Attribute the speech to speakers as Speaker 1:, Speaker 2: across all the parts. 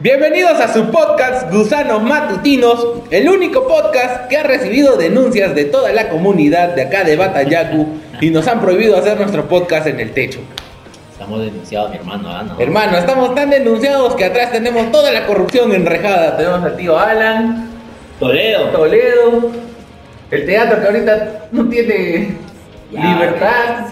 Speaker 1: Bienvenidos a su podcast Gusanos Matutinos, el único podcast que ha recibido denuncias de toda la comunidad de acá de Batayacu y nos han prohibido hacer nuestro podcast en el techo.
Speaker 2: Estamos denunciados, mi hermano, ¿ah? No.
Speaker 1: Hermano, estamos tan denunciados que atrás tenemos toda la corrupción enrejada. Tenemos al tío Alan,
Speaker 2: Toledo.
Speaker 1: Toledo, el teatro que ahorita no tiene
Speaker 2: Ya,
Speaker 1: libertad.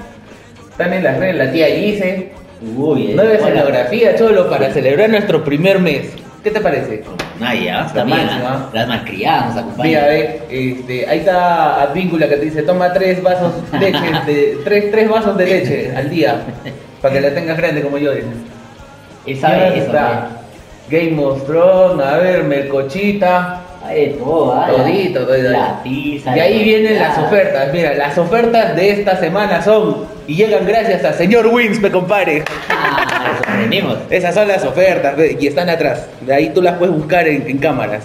Speaker 1: Están en las redes la tía Gise.
Speaker 2: Uy, eh,
Speaker 1: Nueva
Speaker 2: hola.
Speaker 1: escenografía, Cholo, para celebrar nuestro primer mes. ¿Qué te parece?
Speaker 2: Nadie, ¿ah? Está
Speaker 1: También,
Speaker 2: mal, ¿ah?
Speaker 1: ¿ah?
Speaker 2: Las malcriadas nos
Speaker 1: Mira,
Speaker 2: acompañan.
Speaker 1: ve, este, ahí está Advíncula que te dice, toma tres vasos leche, de, tres, tres vasos de leche al día, para que la tengas grande como yo. dice. Y
Speaker 2: Él
Speaker 1: ahora
Speaker 2: sabe eso, ¿ah?
Speaker 1: está
Speaker 2: ¿no?
Speaker 1: Game of Thrones, a ver, Melcochita,
Speaker 2: Ay, todo, ¿ah?
Speaker 1: Todito,
Speaker 2: La-
Speaker 1: todito.
Speaker 2: La tiza.
Speaker 1: y
Speaker 2: la
Speaker 1: ahí vienen las
Speaker 2: malcriada.
Speaker 1: ofertas, mira, las ofertas de esta semana son, y llegan gracias a señor Wins, me compare.
Speaker 2: Ah, nos sorprendimos.
Speaker 1: Esas son las ofertas ve, y están atrás, de ahí tú las puedes buscar en, en cámaras.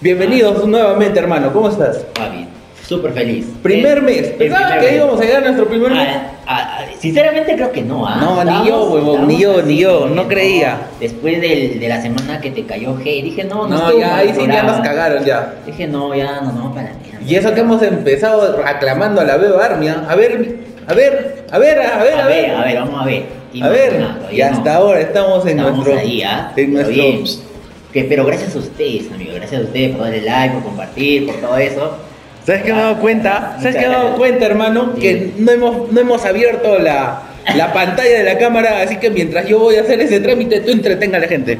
Speaker 1: Bienvenidos nuevamente, hermano, ¿cómo estás?
Speaker 2: Papi, súper feliz.
Speaker 1: Primer
Speaker 2: El-
Speaker 1: mes.
Speaker 2: el
Speaker 1: Pensaba
Speaker 2: Eh, primer
Speaker 1: que
Speaker 2: mes.
Speaker 1: íbamos a llegar a nuestro primer mes.
Speaker 2: Ah, ah, ah, sinceramente creo que no, ¿ah?
Speaker 1: No, ni yo, huevón,
Speaker 2: estábamos
Speaker 1: ni yo,
Speaker 2: así,
Speaker 1: ni yo, no
Speaker 2: que
Speaker 1: creía.
Speaker 2: Después del- de la semana que te cayó G, dije, no, no,
Speaker 1: No,
Speaker 2: estuvo
Speaker 1: ya
Speaker 2: mal
Speaker 1: ahí sí ya
Speaker 2: programa.
Speaker 1: nos cagaron ya.
Speaker 2: Dije, no, ya nos vamos para la mierda.
Speaker 1: Y eso que hemos empezado aclamando a la Beba Armia. A ver, a ver, a ver, a ver,
Speaker 2: A ver, a ver, vamos a ver.
Speaker 1: A ver,
Speaker 2: Imagínate,
Speaker 1: y
Speaker 2: ya
Speaker 1: hasta
Speaker 2: no.
Speaker 1: ahora estamos en
Speaker 2: Estamos
Speaker 1: nuestro.
Speaker 2: ahí, ¿ah?
Speaker 1: En
Speaker 2: Pero
Speaker 1: nuestro.
Speaker 2: bien. Que, pero gracias a ustedes, amigo, gracias a ustedes por darle like, por compartir, por todo eso.
Speaker 1: ¿Sabes qué me he dado cuenta? ¿Sabes
Speaker 2: Muchas
Speaker 1: qué me he dado
Speaker 2: gracias.
Speaker 1: cuenta, hermano?
Speaker 2: Sí.
Speaker 1: Que no hemos, no hemos abierto la, la pantalla de la cámara, así que mientras yo voy a hacer ese trámite, tú entretenga a la gente.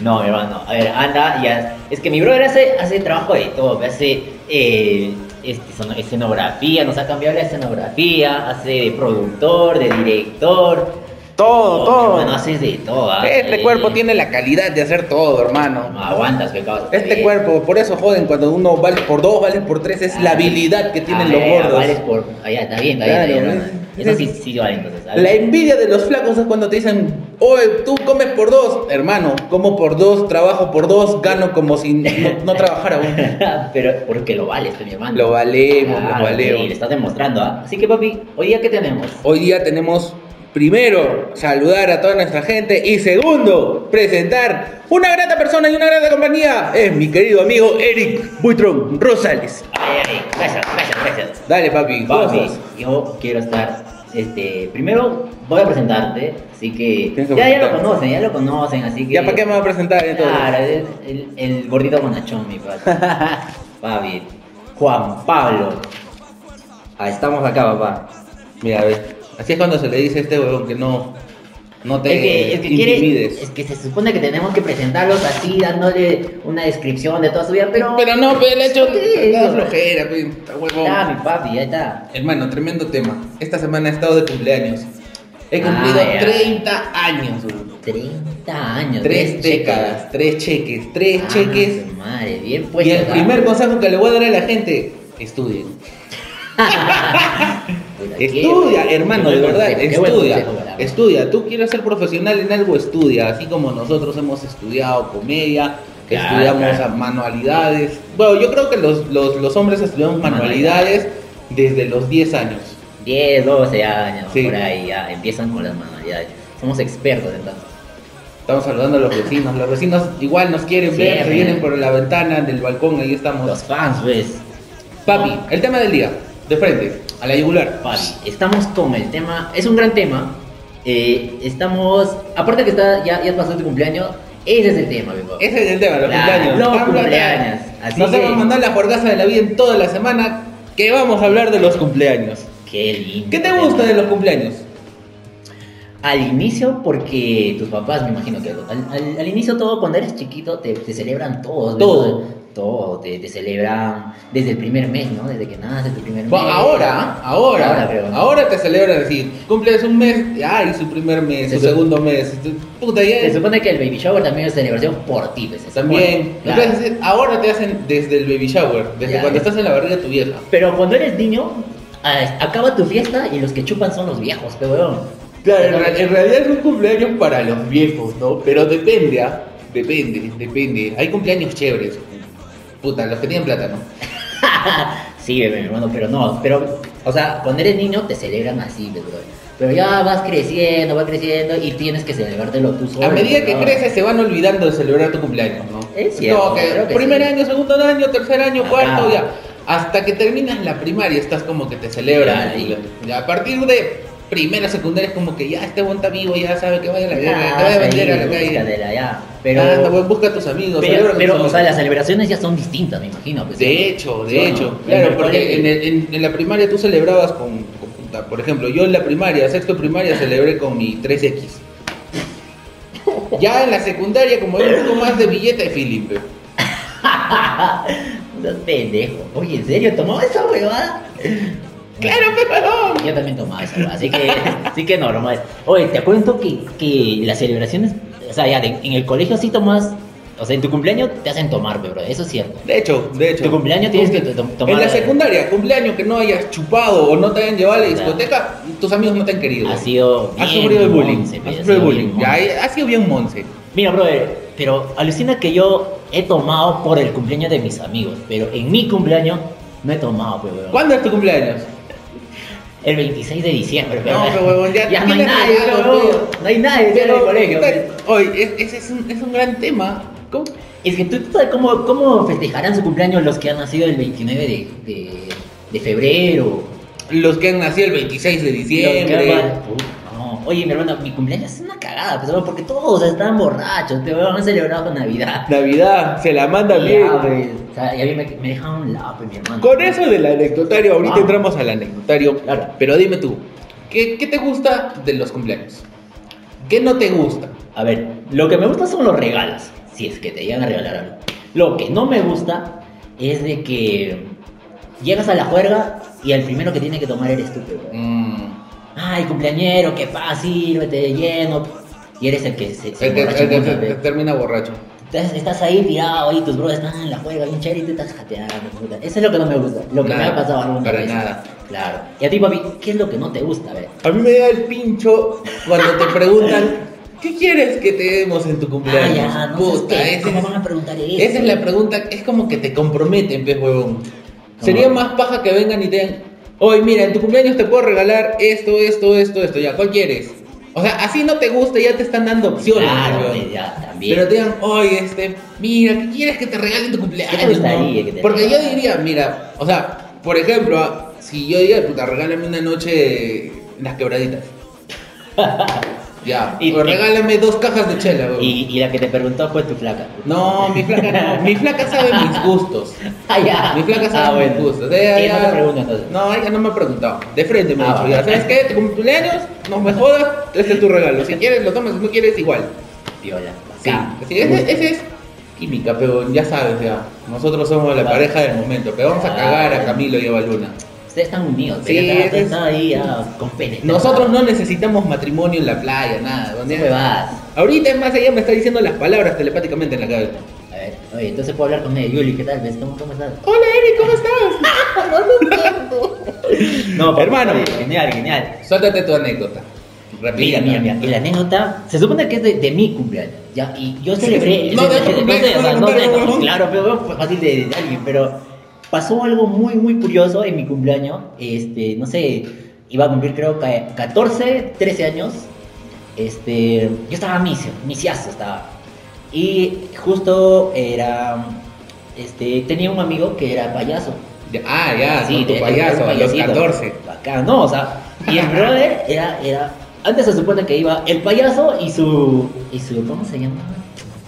Speaker 2: No, mi hermano, a ver, anda, ya. Es que mi brother hace, hace trabajo de todo, pues, hace eh, este, son- escenografía, nos ha cambiado la escenografía, hace de productor, de director.
Speaker 1: Todo, todo.
Speaker 2: Bueno, haces de todo, ¿ah?
Speaker 1: Este
Speaker 2: Eh,
Speaker 1: cuerpo tiene la calidad de hacer todo, hermano.
Speaker 2: No aguantas, pecado.
Speaker 1: Este cuerpo, por eso joden, cuando uno vale por dos, vale por tres, es la habilidad que tienen los gordos.
Speaker 2: Vales Ah, por... Allá, está bien, está bien,
Speaker 1: Claro,
Speaker 2: está bien,
Speaker 1: ¿ves?
Speaker 2: hermano. Eso sí, sí vale, entonces. a ver.
Speaker 1: La envidia de los flacos es cuando te dicen, oye, tú comes por dos, hermano, como por dos, trabajo por dos, gano como si no, no trabajara aún.
Speaker 2: Pero porque lo vales, pues, mi hermano.
Speaker 1: Lo valemos,
Speaker 2: Claro,
Speaker 1: lo
Speaker 2: sí, le
Speaker 1: valemos.
Speaker 2: estás demostrando, ¿ah? Así que, papi, hoy día, ¿qué tenemos?
Speaker 1: Hoy día tenemos, primero, saludar a toda nuestra gente y segundo, presentar una grata persona y una grata compañía. Es mi querido amigo Eric Buitrón Rosales.
Speaker 2: Ay, ay, gracias, gracias, gracias.
Speaker 1: Dale, papi. ¿cómo
Speaker 2: Papi,
Speaker 1: estás?
Speaker 2: yo quiero estar, este, primero voy a presentarte, así que,
Speaker 1: Tienes que
Speaker 2: ya, ya lo
Speaker 1: presentar.
Speaker 2: conocen, ya lo conocen, así que.
Speaker 1: ¿Ya para qué me va a presentar entonces?
Speaker 2: Claro, el, el, el gordito bonachón, mi papá. papi, Juan Pablo. Ah, estamos acá, papá.
Speaker 1: Mira, a ver. Así es cuando se le dice a este huevón que no, no
Speaker 2: Es
Speaker 1: te
Speaker 2: que, es que quiere-
Speaker 1: intimides.
Speaker 2: es que se supone que tenemos que presentarlos así, dándole una descripción de toda su vida, pero...
Speaker 1: Pero no, pero el hecho
Speaker 2: ¿Qué
Speaker 1: de
Speaker 2: es
Speaker 1: la
Speaker 2: eso?
Speaker 1: flojera, pe, está huevón.
Speaker 2: Ya, mi papi, ya está.
Speaker 1: Hermano, tremendo tema. Esta semana he estado de cumpleaños. He
Speaker 2: Ah,
Speaker 1: cumplido
Speaker 2: ya.
Speaker 1: 30 años, huevón.
Speaker 2: 30 años.
Speaker 1: Tres décadas, tres cheques, tres
Speaker 2: Ah, pues
Speaker 1: cheques.
Speaker 2: su Madre, bien
Speaker 1: Y
Speaker 2: puesto.
Speaker 1: el
Speaker 2: ¿verdad?
Speaker 1: primer consejo que le voy a dar a la gente, estudien.
Speaker 2: Puta, qué
Speaker 1: Estudia,
Speaker 2: buen-
Speaker 1: hermano,
Speaker 2: qué
Speaker 1: de
Speaker 2: buen
Speaker 1: verdad,
Speaker 2: consejo, qué buen
Speaker 1: estudia.
Speaker 2: consejo, ¿verdad?
Speaker 1: Estudia, tú quieres ser profesional en algo, estudia. Así como nosotros hemos estudiado comedia,
Speaker 2: Claro,
Speaker 1: estudiamos
Speaker 2: claro.
Speaker 1: manualidades. Bueno, yo creo que los, los, los hombres estudiamos manualidades desde los 10 años.
Speaker 2: 10, 12 años,
Speaker 1: Sí.
Speaker 2: por ahí ya empiezan con las manualidades. Somos expertos entonces.
Speaker 1: Estamos saludando a los vecinos. Los vecinos igual nos quieren
Speaker 2: Sí,
Speaker 1: ver, se
Speaker 2: hermano.
Speaker 1: vienen por la ventana del balcón, ahí estamos.
Speaker 2: Los fans, pues.
Speaker 1: Papi, el tema del día, de frente, a la yugular.
Speaker 2: Papi, estamos con el tema, es un gran tema. eh, estamos, aparte que está, ya, ya pasó tu cumpleaños, ese es el tema, mi papá.
Speaker 1: Ese es el tema, los
Speaker 2: Claro,
Speaker 1: cumpleaños.
Speaker 2: los
Speaker 1: Vamos a hablar-
Speaker 2: cumpleaños. Así
Speaker 1: Nos
Speaker 2: que-
Speaker 1: hemos mandado la porgaza de la vida en toda la semana que vamos a hablar de los cumpleaños.
Speaker 2: Qué lindo.
Speaker 1: ¿Qué te
Speaker 2: tema.
Speaker 1: gusta de los cumpleaños?
Speaker 2: Al inicio, porque tus papás, me imagino que al, al- al inicio todo, cuando eres chiquito, te, te celebran todos. ¿no?
Speaker 1: Todo.
Speaker 2: Todo, te, te celebran desde el primer mes, ¿no? Desde que naces, tu primer mes.
Speaker 1: Bueno, ahora, ahora,
Speaker 2: Ahora,
Speaker 1: ahora,
Speaker 2: pero-
Speaker 1: te celebran decir, cumples un mes, ay, su primer mes,
Speaker 2: Se
Speaker 1: su
Speaker 2: su-
Speaker 1: segundo mes, tu- puta, ya
Speaker 2: Se supone que el baby shower también es celebración por ti, pues, se
Speaker 1: También.
Speaker 2: supone, claro.
Speaker 1: Entonces, ahora te hacen desde el baby shower, desde
Speaker 2: Ya,
Speaker 1: cuando
Speaker 2: ya.
Speaker 1: estás en la barriga de tu vieja.
Speaker 2: Pero cuando eres niño, ah, acaba tu fiesta y los que chupan son los viejos, qué weón.
Speaker 1: Claro, en, real- en realidad es un cumpleaños para los viejos, ¿no? Pero depende, ¿ah? Depende, depende. Hay cumpleaños chéveres. Puta, los que tienen plata, ¿no?
Speaker 2: Sí, mi hermano, pero no, pero, o sea, cuando eres niño te celebran así, pues, bro. Pero ya vas creciendo, vas creciendo y tienes que celebrártelo tú solo.
Speaker 1: A medida que
Speaker 2: ¿no?
Speaker 1: creces se van olvidando de celebrar tu cumpleaños, ¿no?
Speaker 2: Es cierto,
Speaker 1: No, que
Speaker 2: creo que
Speaker 1: primer
Speaker 2: sí.
Speaker 1: año, segundo año, tercer año,
Speaker 2: Ajá.
Speaker 1: cuarto, ya. Hasta que terminas la primaria estás como que te celebran.
Speaker 2: Ya,
Speaker 1: el
Speaker 2: ahí.
Speaker 1: cumpleaños. Ya, a partir de primera, secundaria es como que ya este buen está vivo, ya sabe que vaya a la guerra, que
Speaker 2: Ya,
Speaker 1: vaya a
Speaker 2: ahí,
Speaker 1: vender Ah, a la calle.
Speaker 2: búscatela, ya.
Speaker 1: Pero,
Speaker 2: Pero,
Speaker 1: busca a tus amigos. celebra
Speaker 2: pero,
Speaker 1: con
Speaker 2: pero,
Speaker 1: tus
Speaker 2: o sea,
Speaker 1: amigos.
Speaker 2: las celebraciones ya son distintas, me imagino. pues, ¿no?
Speaker 1: De hecho, de
Speaker 2: ¿Sí o no?
Speaker 1: hecho.
Speaker 2: En
Speaker 1: Claro,
Speaker 2: el
Speaker 1: porque
Speaker 2: colegio.
Speaker 1: en, el- en- en la primaria tú celebrabas con, con puta, Por ejemplo, yo en la primaria, sexto de primaria, celebré con mi 3X. Ya en la secundaria, como era un poco más de billete, Felipe.
Speaker 2: No seas pendejo. Oye, ¿en serio? ¿Tomaba esa huevada?
Speaker 1: ¡Claro, pero
Speaker 2: Yo también tomaba esa huevada, así que, así que normal. Oye, te cuento que, que las celebraciones, o sea, ya de- en el colegio sí tomas, o sea, en tu cumpleaños te hacen tomar, bro, eso es cierto.
Speaker 1: De hecho, de hecho.
Speaker 2: Tu cumpleaños tienes que to- tomar-
Speaker 1: En la secundaria, cumpleaños que no hayas chupado o no te hayan llevado a la discoteca, tus amigos no te han querido.
Speaker 2: Ha sido
Speaker 1: Has
Speaker 2: bien
Speaker 1: sufrido el bullying.
Speaker 2: monse,
Speaker 1: Has
Speaker 2: pues,
Speaker 1: sufrido el
Speaker 2: ha sido bien
Speaker 1: bullying. Ya,
Speaker 2: monse.
Speaker 1: eh, ha sido bien monse.
Speaker 2: Mira, brother, pero alucina que yo he tomado por el cumpleaños de mis amigos, pero en mi cumpleaños no he tomado, pues, weón.
Speaker 1: ¿Cuándo es tu cumpleaños?
Speaker 2: El 26 de diciembre, pero
Speaker 1: No, pues, huevón, ya-
Speaker 2: no hay
Speaker 1: ¿quién le
Speaker 2: nadie,
Speaker 1: regaló,
Speaker 2: huevón.
Speaker 1: tío?
Speaker 2: No hay nadie ya en el colegio. pues.
Speaker 1: Oye, es- ese es un, es un gran tema. ¿Cómo?
Speaker 2: Es que tú tú sabes cómo, cómo festejarán su cumpleaños los que han nacido el 29 de, de, de febrero.
Speaker 1: Los que han nacido el 26 de
Speaker 2: Los que
Speaker 1: diciembre.
Speaker 2: van- Uf, no. Oye, mi hermano, mi cumpleaños es una cagada, pues, porque todos están borrachos, te van a celebrar con Navidad.
Speaker 1: Navidad, se la manda bien.
Speaker 2: Ya, pues, o sea, y a mí me, me dejan a un lado, pues, mi hermano.
Speaker 1: Con eso del anecdotario, ahorita
Speaker 2: Vamos.
Speaker 1: entramos al anecdotario.
Speaker 2: Ah. Claro.
Speaker 1: Pero dime tú, ¿qué, qué te gusta de los cumpleaños? ¿Qué no te gusta?
Speaker 2: A ver, lo que me gusta son los regalos, si es que te llegan a regalar algo. Lo que no me gusta es de que llegas a la juerga y el primero que tiene que tomar eres tú, pues,
Speaker 1: Mm,
Speaker 2: Ay, cumpleañero, qué fácil, vete de lleno. Y eres el que se, se
Speaker 1: el que,
Speaker 2: emborracha
Speaker 1: el que
Speaker 2: mucho,
Speaker 1: se-
Speaker 2: pe.
Speaker 1: se termina borracho.
Speaker 2: Entonces estás ahí tirado y tus bros están en la juega bien chévere y tú estás jateando. puta. Eso es lo que no me gusta, lo que
Speaker 1: Nada,
Speaker 2: me ha pasado alguna
Speaker 1: para
Speaker 2: vez.
Speaker 1: nada.
Speaker 2: Claro. Y a ti, papi, ¿qué es lo que no te gusta? A ver.
Speaker 1: A mí me da el pincho cuando te preguntan, ¿qué quieres que te demos en tu cumpleaños?
Speaker 2: Ah, ya, no
Speaker 1: Puta,
Speaker 2: seas pe-
Speaker 1: ese
Speaker 2: ¿Cómo
Speaker 1: es-
Speaker 2: van a preguntar eso?
Speaker 1: Esa es la pregunta, es como que te comprometen, pez huevón. Sería más paja que vengan y te digan, hoy mira, en tu cumpleaños te puedo regalar esto, esto, esto, esto, ya, ¿cuál quieres? O sea, así no te gusta, ya te están dando opciones.
Speaker 2: Claro,
Speaker 1: huevón.
Speaker 2: pues, ya, también.
Speaker 1: Pero te digan, oye, este, mira, ¿qué quieres que te regalen tu cumpleaños?
Speaker 2: ¿Qué te gustaría
Speaker 1: no?
Speaker 2: que te
Speaker 1: Porque yo
Speaker 2: regalen?
Speaker 1: diría, mira, o sea, por ejemplo, ah, si yo diría, puta, regálame una noche en las quebraditas. ya,
Speaker 2: Y-
Speaker 1: o
Speaker 2: y-
Speaker 1: regálame dos cajas de chela, huevón.
Speaker 2: Y, y la que te preguntó fue tu flaca.
Speaker 1: No, mi flaca no. Mi flaca sabe mis gustos.
Speaker 2: Ah, ya.
Speaker 1: Mi flaca sabe
Speaker 2: ah, bueno.
Speaker 1: mis gustos. Ella,
Speaker 2: Ella no
Speaker 1: ya-
Speaker 2: te pregunta entonces.
Speaker 1: No, ella no me ha preguntado. De frente me ha
Speaker 2: Ah,
Speaker 1: dicho,
Speaker 2: va.
Speaker 1: ya, ¿sabes qué? Tu cumpleaños, no me jodas, este es tu regalo. Si quieres lo tomas, si no quieres igual.
Speaker 2: Viola.
Speaker 1: Sí.
Speaker 2: bacán.
Speaker 1: sí, ese, ese es química, pero ya sabes, ya. Nosotros somos la
Speaker 2: Va.
Speaker 1: pareja del momento, pero vamos a cagar a Camilo y a Baluna.
Speaker 2: Ustedes están unidos.
Speaker 1: Sí,
Speaker 2: Sí, están,
Speaker 1: ese es-
Speaker 2: están ahí ah, con pene.
Speaker 1: Nosotros no necesitamos matrimonio en la playa, nada.
Speaker 2: No me vas.
Speaker 1: Ahorita es más, ella me está diciendo las palabras telepáticamente en la cabeza.
Speaker 2: A ver, oye, entonces puedo hablar con ella. Yuli, ¿qué tal? ¿Ves? ¿Cómo, cómo estás?
Speaker 1: Hola Eric, ¿cómo estás?
Speaker 2: No,
Speaker 1: papá,
Speaker 2: Genial, genial.
Speaker 1: Suéltate tu anécdota.
Speaker 2: Mira,
Speaker 1: Rapidita.
Speaker 2: mira, mira. Y la anécdota se supone que es de, de mi cumpleaños. Ya, y yo celebré.
Speaker 1: No,
Speaker 2: yo
Speaker 1: de
Speaker 2: celebré-
Speaker 1: tu
Speaker 2: no sé,
Speaker 1: cumpleaños,
Speaker 2: o sea,
Speaker 1: no
Speaker 2: no
Speaker 1: de tu
Speaker 2: sé,
Speaker 1: cumpleaños.
Speaker 2: no, Claro, pero fue fácil de, de alguien. Pero pasó algo muy, muy curioso en mi cumpleaños. Este, no sé, iba a cumplir creo que 14, 13 años. Este, yo estaba misio, misiazo estaba. Y justo era. Este, tenía un amigo que era payaso.
Speaker 1: Ya- Ah, ya, sí,
Speaker 2: Sí,
Speaker 1: tu
Speaker 2: de-
Speaker 1: payaso,
Speaker 2: de-
Speaker 1: a
Speaker 2: de-
Speaker 1: los
Speaker 2: payasito.
Speaker 1: 14.
Speaker 2: Bacán, no, o sea, y el brother era, era, antes se supone que iba el payaso y su, y su, ¿cómo se llama?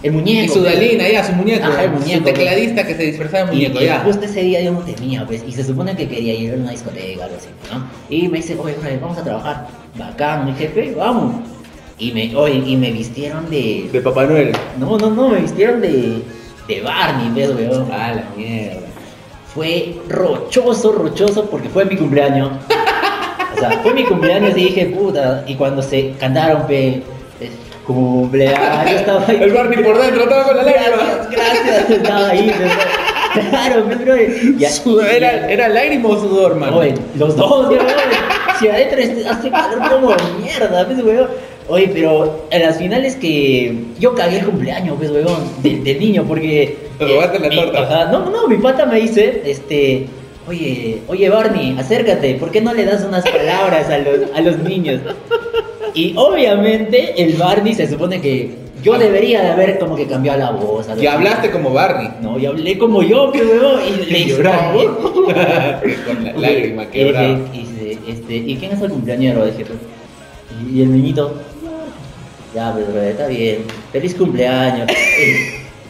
Speaker 2: El muñeco.
Speaker 1: Y su
Speaker 2: pues.
Speaker 1: Dalina, ya, su muñeco.
Speaker 2: Ajá, el
Speaker 1: Su
Speaker 2: muñeco,
Speaker 1: tecladista que se disfrazaba de
Speaker 2: Y,
Speaker 1: muñeco,
Speaker 2: y
Speaker 1: ya.
Speaker 2: justo ese día yo no tenía, pues, y se supone que quería ir a una discoteca, algo así, ¿no? Y me dice, oye, brother, vamos a trabajar. Bacán, mi jefe, vamos. Y me, oye, y me vistieron de,
Speaker 1: De Papá Noel.
Speaker 2: no, no, no, me vistieron de, de Barney, pues, weón.
Speaker 1: Ah, la mierda.
Speaker 2: fue rochoso, rochoso, porque fue mi cumpleaños. O sea, fue mi cumpleaños y dije, puta, y cuando se cantaron, pe, eh, cumpleaños, estaba ahí.
Speaker 1: El Barney por dentro, estaba con la lágrima.
Speaker 2: Gracias, gracias, estaba ahí, pe, claro, pe, bro. Y a-
Speaker 1: Sudor, Era, era lágrima o sudor, man.
Speaker 2: Oye, los dos, weón. Si adentro es- hace calor como mierda, pues, weón. Oye, pero a las finales que yo cagué el cumpleaños, pues, weón, del del niño, porque...
Speaker 1: Te robaste la
Speaker 2: mi-
Speaker 1: torta.
Speaker 2: ajá, no, no, mi pata me dice, este... oye, oye Barney, acércate, ¿por qué no le das unas palabras a los, a los niños? Y obviamente el Barney se supone que yo debería de haber como que cambiado la voz. algo
Speaker 1: Y
Speaker 2: así.
Speaker 1: hablaste como Barney.
Speaker 2: No, y hablé como yo, que huevón, y le
Speaker 1: lloramos.
Speaker 2: lloramos.
Speaker 1: Con la lágrima
Speaker 2: Y
Speaker 1: que
Speaker 2: dije,
Speaker 1: bravo.
Speaker 2: y dice, este, ¿y quién es el cumpleañero? Dije, pues. y, y el niñito, ya, pero brother, está bien, feliz cumpleaños.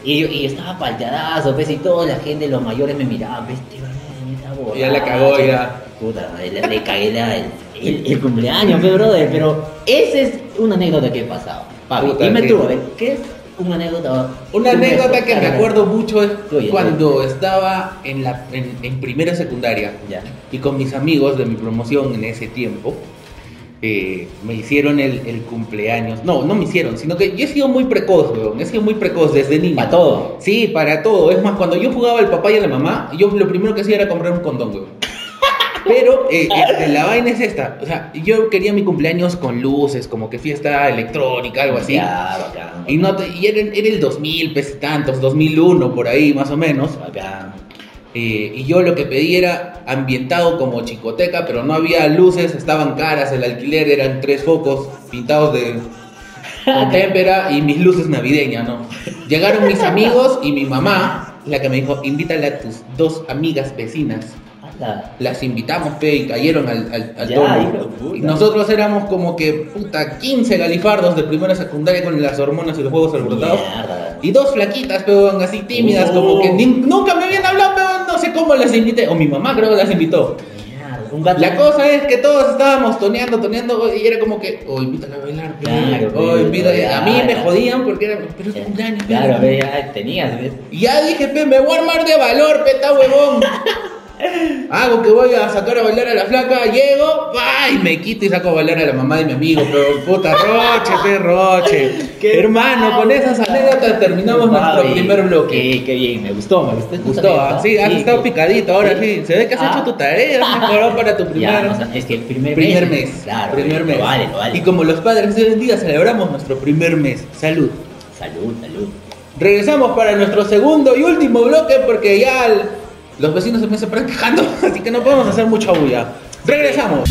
Speaker 2: y, y estaba palteadazo, pues, y toda la gente, los mayores me miraban, pues, este brother, está borracho.
Speaker 1: Ya la cagó, ya.
Speaker 2: Puta madre, le, le cagué la- el, el- el cumpleaños, pues, brother, pero esa es una anécdota que he pasado. Papi,
Speaker 1: Puta,
Speaker 2: dime
Speaker 1: sí.
Speaker 2: tú, a ver, ¿qué es una anécdota?
Speaker 1: Una anécdota que me acuerdo mucho es
Speaker 2: Tuya,
Speaker 1: cuando estaba en, la, en, en primera secundaria
Speaker 2: Ya.
Speaker 1: y con mis amigos de mi promoción en ese tiempo. eh, me hicieron el, el cumpleaños. No, no me hicieron, sino que yo he sido muy precoz, weón. He sido muy precoz desde niño.
Speaker 2: Para todo.
Speaker 1: Sí, para todo. Es más, cuando yo jugaba al papá y a la mamá, yo lo primero que hacía era comprar un condón, weón. Pero eh, este, la vaina es esta. O sea, yo quería mi cumpleaños con luces, como que fiesta electrónica, algo así.
Speaker 2: Ya, bacán.
Speaker 1: Y, no te- y era, era el 2000, pues tantos, 2001 por ahí más o menos.
Speaker 2: Bacán.
Speaker 1: Eh, y yo lo que pedí era ambientado como chicoteca, pero no había luces, estaban caras, el alquiler eran tres focos pintados de con témpera y mis luces navideñas, ¿no? Llegaron mis amigos y mi mamá, la que me dijo, invítala a tus dos amigas vecinas.
Speaker 2: Ala.
Speaker 1: Las invitamos, pe, y cayeron al, al, al
Speaker 2: Ya,
Speaker 1: tono.
Speaker 2: hijo de puta.
Speaker 1: Y nosotros éramos como que, puta, 15 galifardos de primera secundaria con las hormonas y los juegos alborotados.
Speaker 2: Mierda.
Speaker 1: Y dos flaquitas, peón, así tímidas, como
Speaker 2: Oh.
Speaker 1: que ni- nunca me habían hablado, peón, no sé cómo las invité. O mi mamá creo que las invitó.
Speaker 2: Mierda. Un gato.
Speaker 1: La cosa es que todos estábamos toneando, toneando, y era como que, oh, invítala a bailar,
Speaker 2: Claro,
Speaker 1: peón. Oh,
Speaker 2: pe,
Speaker 1: invítala.
Speaker 2: ya,
Speaker 1: A mí me
Speaker 2: ya.
Speaker 1: jodían porque era, pero es tu
Speaker 2: Eh,
Speaker 1: cumpleaños, pe.
Speaker 2: Claro, ve, ya tenías, ¿ves?
Speaker 1: Y ya dije, pe, me voy a armar de valor, pe, está huevón. Hago que voy a sacar a bailar a la flaca, llego, pa, y me quito y saco a bailar a la mamá de mi amigo, pero puta, roche, pe, roche.
Speaker 2: Qué
Speaker 1: Hermano, con esas anécdotas terminamos nuestro
Speaker 2: Ay,
Speaker 1: primer bloque.
Speaker 2: Qué, qué bien, me gustó, me gustó.
Speaker 1: Gustó, ¿ah? sí, has estado picadito ahora sí. Se ve que has
Speaker 2: Ah.
Speaker 1: hecho tu tarea, has mejorado para tu
Speaker 2: Ya,
Speaker 1: primer,
Speaker 2: o sea, es que el primer,
Speaker 1: primer
Speaker 2: mes.
Speaker 1: mes.
Speaker 2: Claro,
Speaker 1: primer
Speaker 2: lo
Speaker 1: mes.
Speaker 2: vale, lo vale.
Speaker 1: Y como los padres de hoy en día celebramos nuestro primer mes. Salud.
Speaker 2: Salud, salud.
Speaker 1: Regresamos para nuestro segundo y último bloque porque ya el- los vecinos se me están quejando, así que no podemos hacer mucha bulla. Regresamos.